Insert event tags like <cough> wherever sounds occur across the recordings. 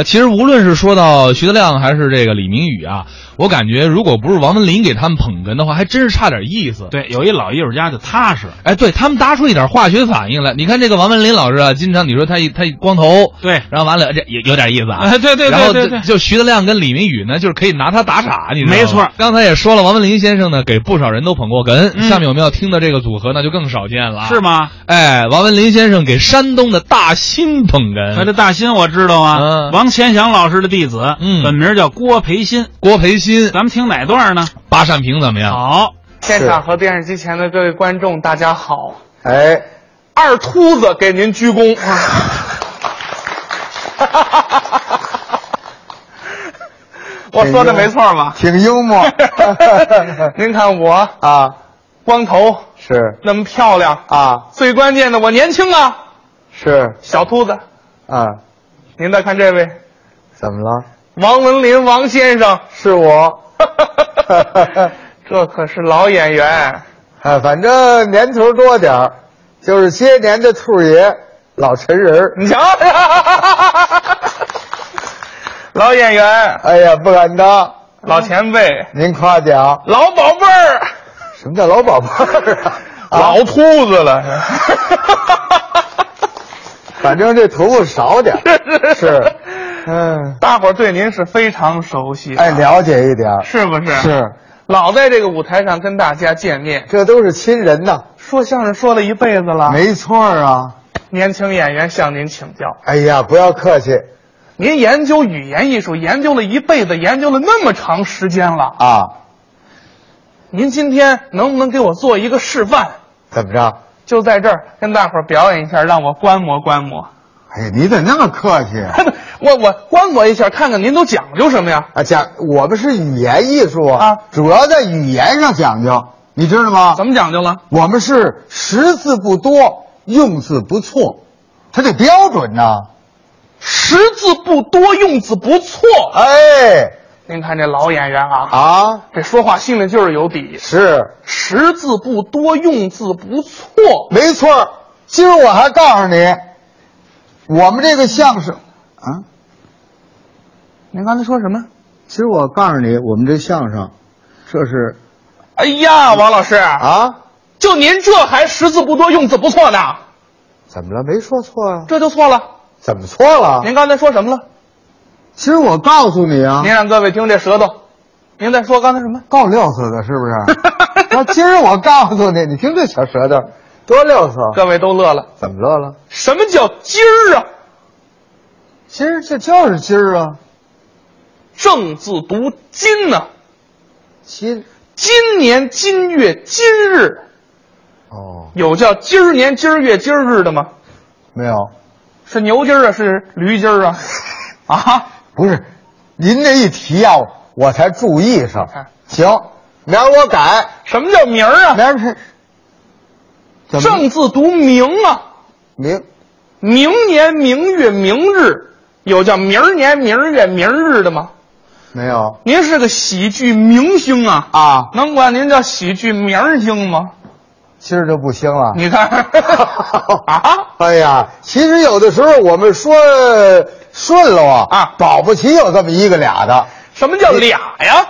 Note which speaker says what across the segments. Speaker 1: 呃其实无论是说到徐德亮还是这个李明宇啊，我感觉如果不是王文林给他们捧哏的话，还真是差点意思。
Speaker 2: 对，有一老艺术家就踏实，
Speaker 1: 哎，对他们搭出一点化学反应来。你看这个王文林老师啊，经常你说他一他一光头，
Speaker 2: 对，
Speaker 1: 然后完了这有有点意思啊。
Speaker 2: 哎，对对
Speaker 1: 然后
Speaker 2: 对
Speaker 1: 就
Speaker 2: 对对，
Speaker 1: 就徐德亮跟李明宇呢，就是可以拿他打岔，你知道吗？
Speaker 2: 没错
Speaker 1: 刚才也说了，王文林先生呢给不少人都捧过哏，
Speaker 2: 嗯
Speaker 1: 下面我们要听的这个组合那就更少见了。
Speaker 2: 是？吗？
Speaker 1: 哎，王文林先生给山东的大兴捧
Speaker 2: 他
Speaker 1: 哏，
Speaker 2: 这大新我知道啊，
Speaker 1: 嗯
Speaker 2: 王千祥老师的弟子，
Speaker 1: 嗯
Speaker 2: 本名叫郭培新。
Speaker 1: 郭培新、
Speaker 2: 咱们听哪段呢？
Speaker 1: 八扇屏怎么样？
Speaker 2: 好，
Speaker 3: 现场和电视机前的各位观众，大家好，
Speaker 4: 哎，
Speaker 3: 二秃子给您鞠躬。 <laughs> 我说的没错吧？
Speaker 4: 挺幽默哎
Speaker 3: <laughs> 您看我
Speaker 4: 啊，
Speaker 3: 光头
Speaker 4: 是
Speaker 3: 那么漂亮，
Speaker 4: 啊，
Speaker 3: 最关键的我年轻啊，
Speaker 4: 是
Speaker 3: 小秃子。
Speaker 4: 啊，
Speaker 3: 您再看这位
Speaker 4: 怎么了？
Speaker 3: 王文林王先生，
Speaker 4: 是我，
Speaker 3: 这可是老演员。
Speaker 4: <laughs> 啊，反正年头多点儿，就是些年的兔爷老陈人儿。
Speaker 3: 你瞧， <laughs> 老演员，
Speaker 4: 哎呀，不敢当，
Speaker 3: 老前辈，
Speaker 4: 您夸奖。
Speaker 3: 老宝贝儿，
Speaker 4: 什么叫老宝贝儿啊？啊
Speaker 3: 老秃子了。
Speaker 4: 反正这头发少点
Speaker 3: 是
Speaker 4: 儿。是，嗯，
Speaker 3: <laughs> 大伙儿对您是非常熟悉，啊
Speaker 4: 哎，，了解一点儿。
Speaker 3: 是不是？
Speaker 4: 是，
Speaker 3: 老在这个舞台上跟大家见面，
Speaker 4: 这都是亲人呐。
Speaker 3: 说相声说了一辈子了。
Speaker 4: 没错儿啊。
Speaker 3: 年轻演员向您请教，
Speaker 4: 哎呀，不要客气
Speaker 3: 您研究语言艺术研究了一辈子，研究了那么长时间了，
Speaker 4: 啊。
Speaker 3: 您今天能不能给我做一个示范？
Speaker 4: 怎么着？
Speaker 3: 就在这儿跟大伙儿表演一下，让我观摩观摩。 <laughs>
Speaker 4: 哎呀，你怎么那么客 <laughs> 气啊？
Speaker 3: 我我观摩一下，看看您都讲究什么呀？
Speaker 4: 啊，讲我们是语言艺术
Speaker 3: 啊
Speaker 4: 主要在语言上讲究，你知道吗？
Speaker 3: 怎么讲究了？
Speaker 4: 我们是识字不多，用字不错，它得标准呐、
Speaker 3: 识字不多，用字不错。
Speaker 4: 哎，
Speaker 3: 您看这老演员啊，
Speaker 4: 啊，
Speaker 3: 这说话心里就是有底，
Speaker 4: 是，
Speaker 3: 识字不多，用字不错。
Speaker 4: 没错儿。今儿我还告诉你，我们这个相声，啊，
Speaker 3: 您刚才说什么？
Speaker 4: 今儿我告诉你，我们这相声，这是
Speaker 3: 哎呀，王老师，啊，
Speaker 4: 啊，
Speaker 3: 就您这还识字不多，用字不错呢，
Speaker 4: 怎么了？没说错啊？
Speaker 3: 这就错了。
Speaker 4: 怎么错了？
Speaker 3: 您刚才说什么了？
Speaker 4: 今儿我告诉你啊，
Speaker 3: 您让各位听这舌头，您再说刚才什么？
Speaker 4: 够溜索的，是 <laughs> 不是？那今儿我告诉你，你听这小舌头，多溜索！
Speaker 3: 各位都乐了。
Speaker 4: 怎么乐了？
Speaker 3: 什么叫今儿啊？
Speaker 4: 今儿这就是今儿啊，
Speaker 3: 正字读今呢、
Speaker 4: 今
Speaker 3: 今年今月今日
Speaker 4: 哦，
Speaker 3: 有叫今儿年今儿月今儿日的吗？
Speaker 4: 没有，
Speaker 3: 是牛今儿啊，是驴今儿啊？啊，
Speaker 4: 不是，您这一提呀、我才注意上
Speaker 3: 啊。
Speaker 4: 行，明儿我改，
Speaker 3: 什么叫明儿啊？
Speaker 4: 明儿是怎么
Speaker 3: 正字读明啊，
Speaker 4: 明
Speaker 3: 明年明月明日，有叫明儿年明儿月明儿日的吗？
Speaker 4: 没有
Speaker 3: 您是个喜剧明星啊，
Speaker 4: 啊？
Speaker 3: 能管您叫喜剧明星吗？
Speaker 4: 今儿就不行了。 <laughs>
Speaker 3: 你看，啊，
Speaker 4: 哎呀，其实有的时候我们说顺了啊，
Speaker 3: 啊
Speaker 4: 保不齐有这么一个俩的。
Speaker 3: 什么叫俩呀？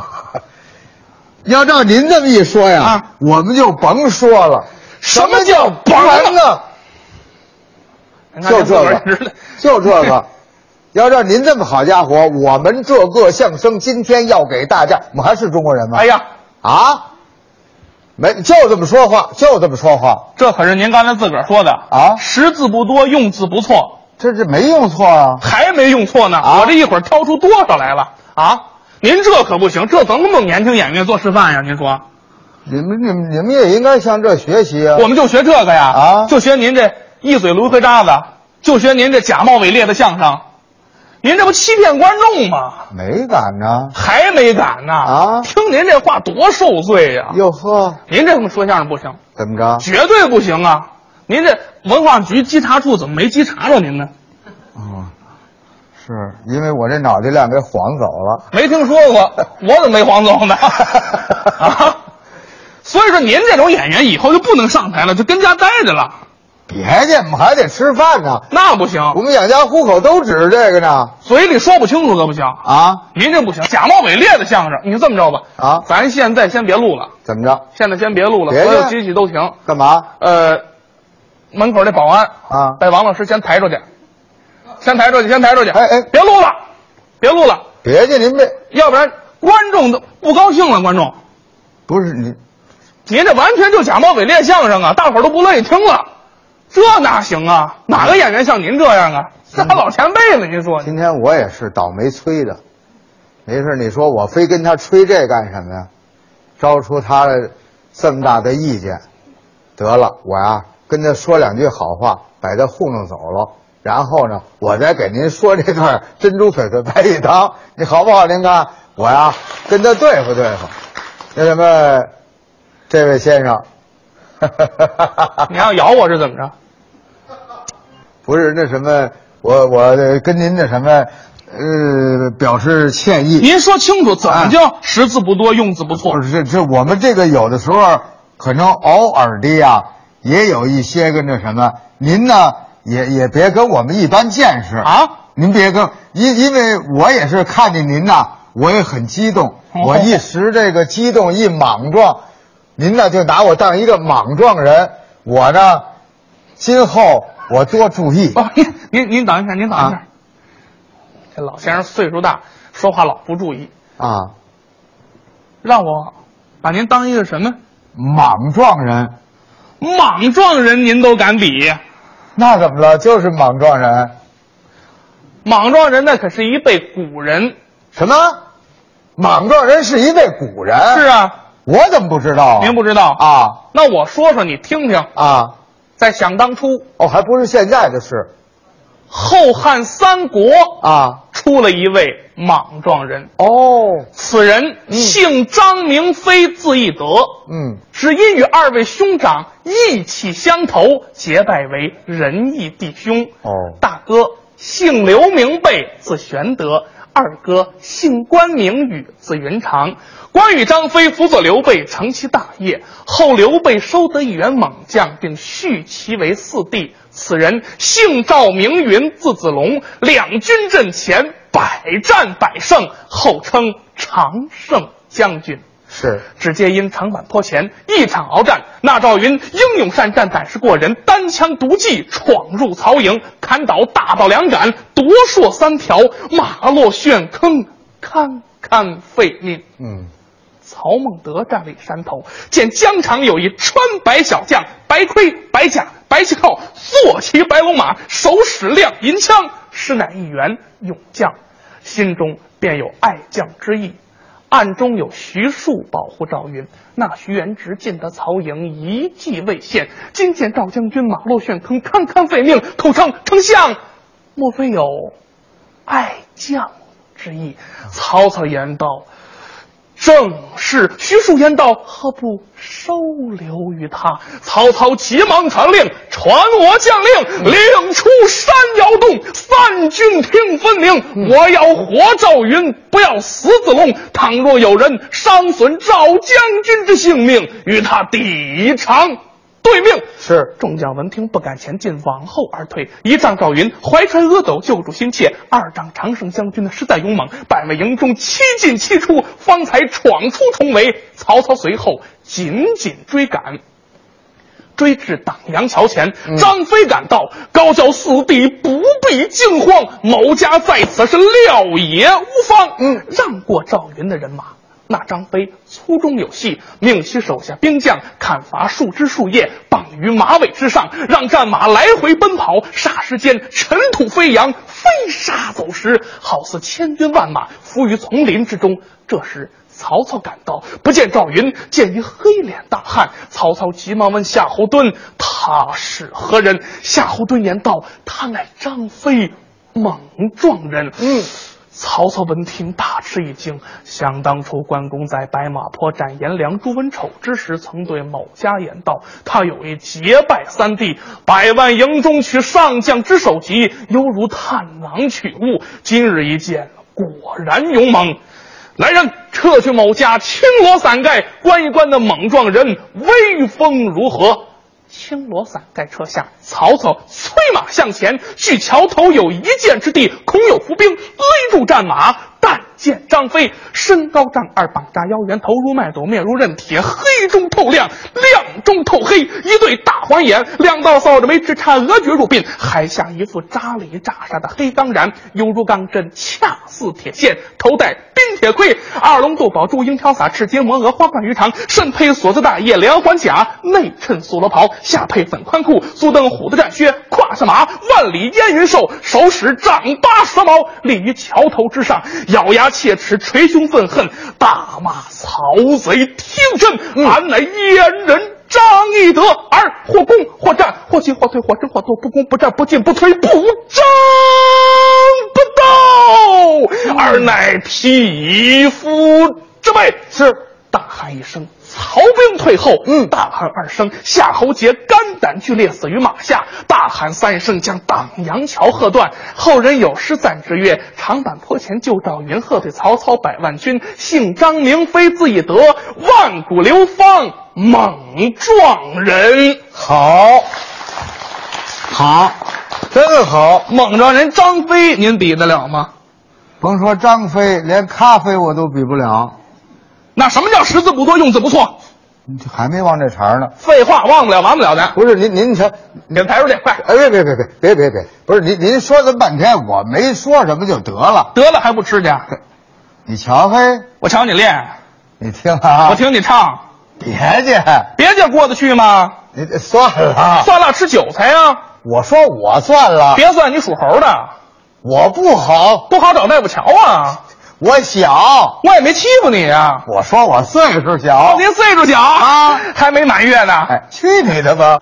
Speaker 4: <laughs> 要照您这么一说呀，
Speaker 3: 啊
Speaker 4: 我们就甭说了。
Speaker 3: 什么叫甭
Speaker 4: 甭
Speaker 3: 啊？
Speaker 4: 啊？就这个
Speaker 3: 您看您自儿知道，
Speaker 4: 就这个。要照您这么好家伙，我们这个相声今天要给大家，我们还是中国人吗？
Speaker 3: 哎呀，
Speaker 4: 啊，没就这么说话，就这么说话，
Speaker 3: 这可是您刚才自个儿说的
Speaker 4: 啊
Speaker 3: 识字不多，用字不错，
Speaker 4: 这这没用错啊。
Speaker 3: 还没用错呢。
Speaker 4: 啊
Speaker 3: 我这一会儿挑出多少来了啊？您这可不行，这怎么弄年轻演员做示范呀？您说，
Speaker 4: 你们你们你们也应该向这学习啊。
Speaker 3: 我们就学这个呀？
Speaker 4: 啊
Speaker 3: 就学您这一嘴芦荟渣子，就学您这假冒伪劣的相声，您这不欺骗观众吗？
Speaker 4: 没敢呢。
Speaker 3: 还没敢呢！
Speaker 4: 啊
Speaker 3: 听您这话多受罪呀、
Speaker 4: 哟呵，
Speaker 3: 您这么说相声不行，
Speaker 4: 怎么着？
Speaker 3: 绝对不行啊！您这文化局稽查处怎么没稽查着您呢？
Speaker 4: 哦，是因为我这脑袋量给晃走了。
Speaker 3: 没听说过，
Speaker 4: <laughs>
Speaker 3: 我怎么没黄总呢？啊，所以说您这种演员以后就不能上台了，就跟家待着了。
Speaker 4: 别介，我们还得吃饭呢，
Speaker 3: 那不行，
Speaker 4: 我们养家糊口都指着这个呢。
Speaker 3: 嘴里说不清楚可不行。
Speaker 4: 啊，
Speaker 3: 您这不行，假冒伪劣的相声。你就这么着吧，
Speaker 4: 啊
Speaker 3: 咱现在先别录了，
Speaker 4: 怎么着？
Speaker 3: 现在先别录了，
Speaker 4: 别
Speaker 3: 所有
Speaker 4: 呀
Speaker 3: 机器都停。
Speaker 4: 干嘛？
Speaker 3: 呃，门口那保安
Speaker 4: 啊
Speaker 3: 把王老师先抬出去，先抬出去，先抬出去。
Speaker 4: 哎哎
Speaker 3: 别录了，别录了，
Speaker 4: 别介，您别
Speaker 3: 要不然观众都不高兴了。观众，
Speaker 4: 不是你，
Speaker 3: 您这完全就假冒伪劣相声啊，大伙儿都不乐意听了。这哪行啊？哪个演员像您这样
Speaker 4: 嗯
Speaker 3: 啊？这还老前辈了，您说
Speaker 4: 今天我也是倒霉催的，没事，你说我非跟他吹这干什么呀？招出他的这么大的意见，得了，我呀、跟他说两句好话，把他糊弄走了，然后呢，我再给您说这段珍珠翡翠白玉汤，你好不好？您看我呀、跟他对付对付。那什么，这位先生，
Speaker 3: 你还要咬我是怎么着？
Speaker 4: 不是那什么，我我跟您那什么，呃，表示歉意。
Speaker 3: 您说清楚，怎么叫识字不多，用字不错
Speaker 4: 啊不？是这这我们这个有的时候可能偶尔的呀，也有一些个那什么，您呢也也别跟我们一般见识
Speaker 3: 啊，
Speaker 4: 您别跟，因因为我也是看见您呐，我也很激动，
Speaker 3: 哦
Speaker 4: 我一时这个激动一莽撞，您呢就拿我当一个莽撞人，我呢，今后我多注意。
Speaker 3: 哦，您您您等一下，您等一下
Speaker 4: 啊。
Speaker 3: 这老先生岁数大，说话老不注意，
Speaker 4: 啊，
Speaker 3: 让我把您当一个什么
Speaker 4: 莽撞人，
Speaker 3: 莽撞人，您都敢比？
Speaker 4: 那怎么了？就是莽撞人。
Speaker 3: 莽撞人那可是一辈古人。
Speaker 4: 什么？莽撞人是一位古人？
Speaker 3: 是啊，
Speaker 4: 我怎么不知道啊？
Speaker 3: 您不知道？
Speaker 4: 啊
Speaker 3: 那我说说你听听，
Speaker 4: 啊！
Speaker 3: 在想当初，
Speaker 4: 哦，还不是现在的事
Speaker 3: 后汉三国
Speaker 4: 啊！
Speaker 3: 出了一位莽撞人，
Speaker 4: 哦，
Speaker 3: 此人姓张名飞，字翼德。
Speaker 4: 嗯，
Speaker 3: 是因与二位兄长意气相投，结拜为仁义弟兄。
Speaker 4: 哦
Speaker 3: 大哥姓刘名备，字玄德；二哥姓关名羽，字云长。关羽、张飞辅佐刘备，成其大业。后刘备收得一员猛将，并续其为四弟。此人姓赵，名云，字子龙。两军阵前，百战百胜，后称常胜将军。
Speaker 4: 是
Speaker 3: 只皆因长坂坡前一场鏖战，那赵云英勇善战，胆识过人，单枪独骑闯入曹营，砍倒大盗两杆，夺槊三条，马落陷坑，堪堪废命。
Speaker 4: 嗯，
Speaker 3: 曹孟德站立山头，见疆场有一穿白小将，白盔白甲白气扣，坐骑白龙马，手使亮银枪，实乃一员勇将，心中便有爱将之意。暗中有徐庶保护赵云，那徐元直进得曹营，一计未现。今见赵将军马落陷坑，堪堪废命，口称丞相，莫非有爱将之意？曹操言道。正是徐庶言道：“何不收留于他？”曹操急忙传令，传我将令，令出山摇动，三军听分明。我要活赵云，不要死子龙。倘若有人伤损赵将军之性命，与他抵偿对命。
Speaker 4: 是
Speaker 3: 众将闻听不敢前进，往后而退。一仗赵云怀揣阿斗，救主心切；二仗常胜将军的实在勇猛，百万营中七进七出，方才闯出重围。曹操随后紧紧追赶。追至党阳桥前，张飞赶到，高叫四弟不必惊慌，某家在此是料也无妨。
Speaker 4: 嗯
Speaker 3: 让过赵云的人马。那张飞粗中有细，命其手下兵将砍伐树枝树叶，绑于马尾之上，让战马来回奔跑，霎时间尘土飞扬，飞沙走石，好似千军万马伏于丛林之中。这时。曹操赶到，不见赵云，见一黑脸大汉。曹操急忙问夏侯惇：“他是何人？”夏侯惇言道：“他乃张飞，猛撞人。”嗯。曹操闻听大吃一惊。想当初，关公在白马坡斩颜良、朱文丑之时，曾对某家言道：“他有一结拜三弟，百万营中取上将之首级，犹如探囊取物。今日一见，果然勇猛。”来人，撤去某家青罗伞盖，关一关那莽撞人威风如何？青罗伞盖车下，曹操催马向前，距桥头有一箭之地，恐有伏兵勒住战马。但见张飞身高丈二，膀炸腰圆，头如麦斗，面如刃铁，黑中透亮，亮中透黑，一对大黄眼，两道扫帚眉直插额角入鬓，还下一副扎里扎煞的黑钢髯，犹如钢针，恰似铁线，头戴冰铁盔，二龙斗宝，珠缨飘洒，赤金磨额，花冠鱼肠，身披锁子大叶连环甲，内衬素罗袍，下配粉宽裤，足蹬虎子战靴，胯下马，万里烟云兽，手使丈八蛇矛，立于桥头之上，咬牙切齿，捶胸愤恨，大骂曹贼听朕，俺乃燕人。张翼德，而或攻或战，或进或退，或争或斗，不攻不战，不进不退，不争不斗，而乃匹夫之辈。是，大喊一声，曹兵退后。嗯，大喊二声，夏侯杰肝胆俱裂，死于马下。大喊三声，将党阳桥喝断。后人有诗赞之曰：“长坂坡前救赵云，喝退曹操百万军。姓张名飞，字翼德，万古流芳。”猛撞人，
Speaker 4: 好，
Speaker 2: 好，
Speaker 4: 真好。
Speaker 3: 猛撞人张飞，您比得了吗？
Speaker 4: 甭说张飞，连咖啡我都比不了。
Speaker 3: 那什么叫识字不多，用字不错？
Speaker 4: 你这还没忘这茬儿呢。
Speaker 3: 废话，忘不了，完不了的，
Speaker 4: 不是您，您瞧，
Speaker 3: 给他排出去，快！
Speaker 4: 哎，别别别别别别别，不是您，您说这么半天，我没说什么就得了。
Speaker 3: 得了还不吃去？啊
Speaker 4: 你瞧嘿，
Speaker 3: 我瞧你练，
Speaker 4: 你听啊，
Speaker 3: 我，听你唱，
Speaker 4: 别介，
Speaker 3: 别介过得去吗？
Speaker 4: 你这算了，
Speaker 3: 算了，吃韭菜啊！
Speaker 4: 我说我算了，
Speaker 3: 别算你属猴的，
Speaker 4: 我不好，
Speaker 3: 不好找大夫瞧啊！
Speaker 4: 我小，
Speaker 3: 我也没欺负你啊，
Speaker 4: 我说我岁数小，
Speaker 3: <laughs> 您岁数小啊，还没满月呢。
Speaker 4: 哎，去你的吧！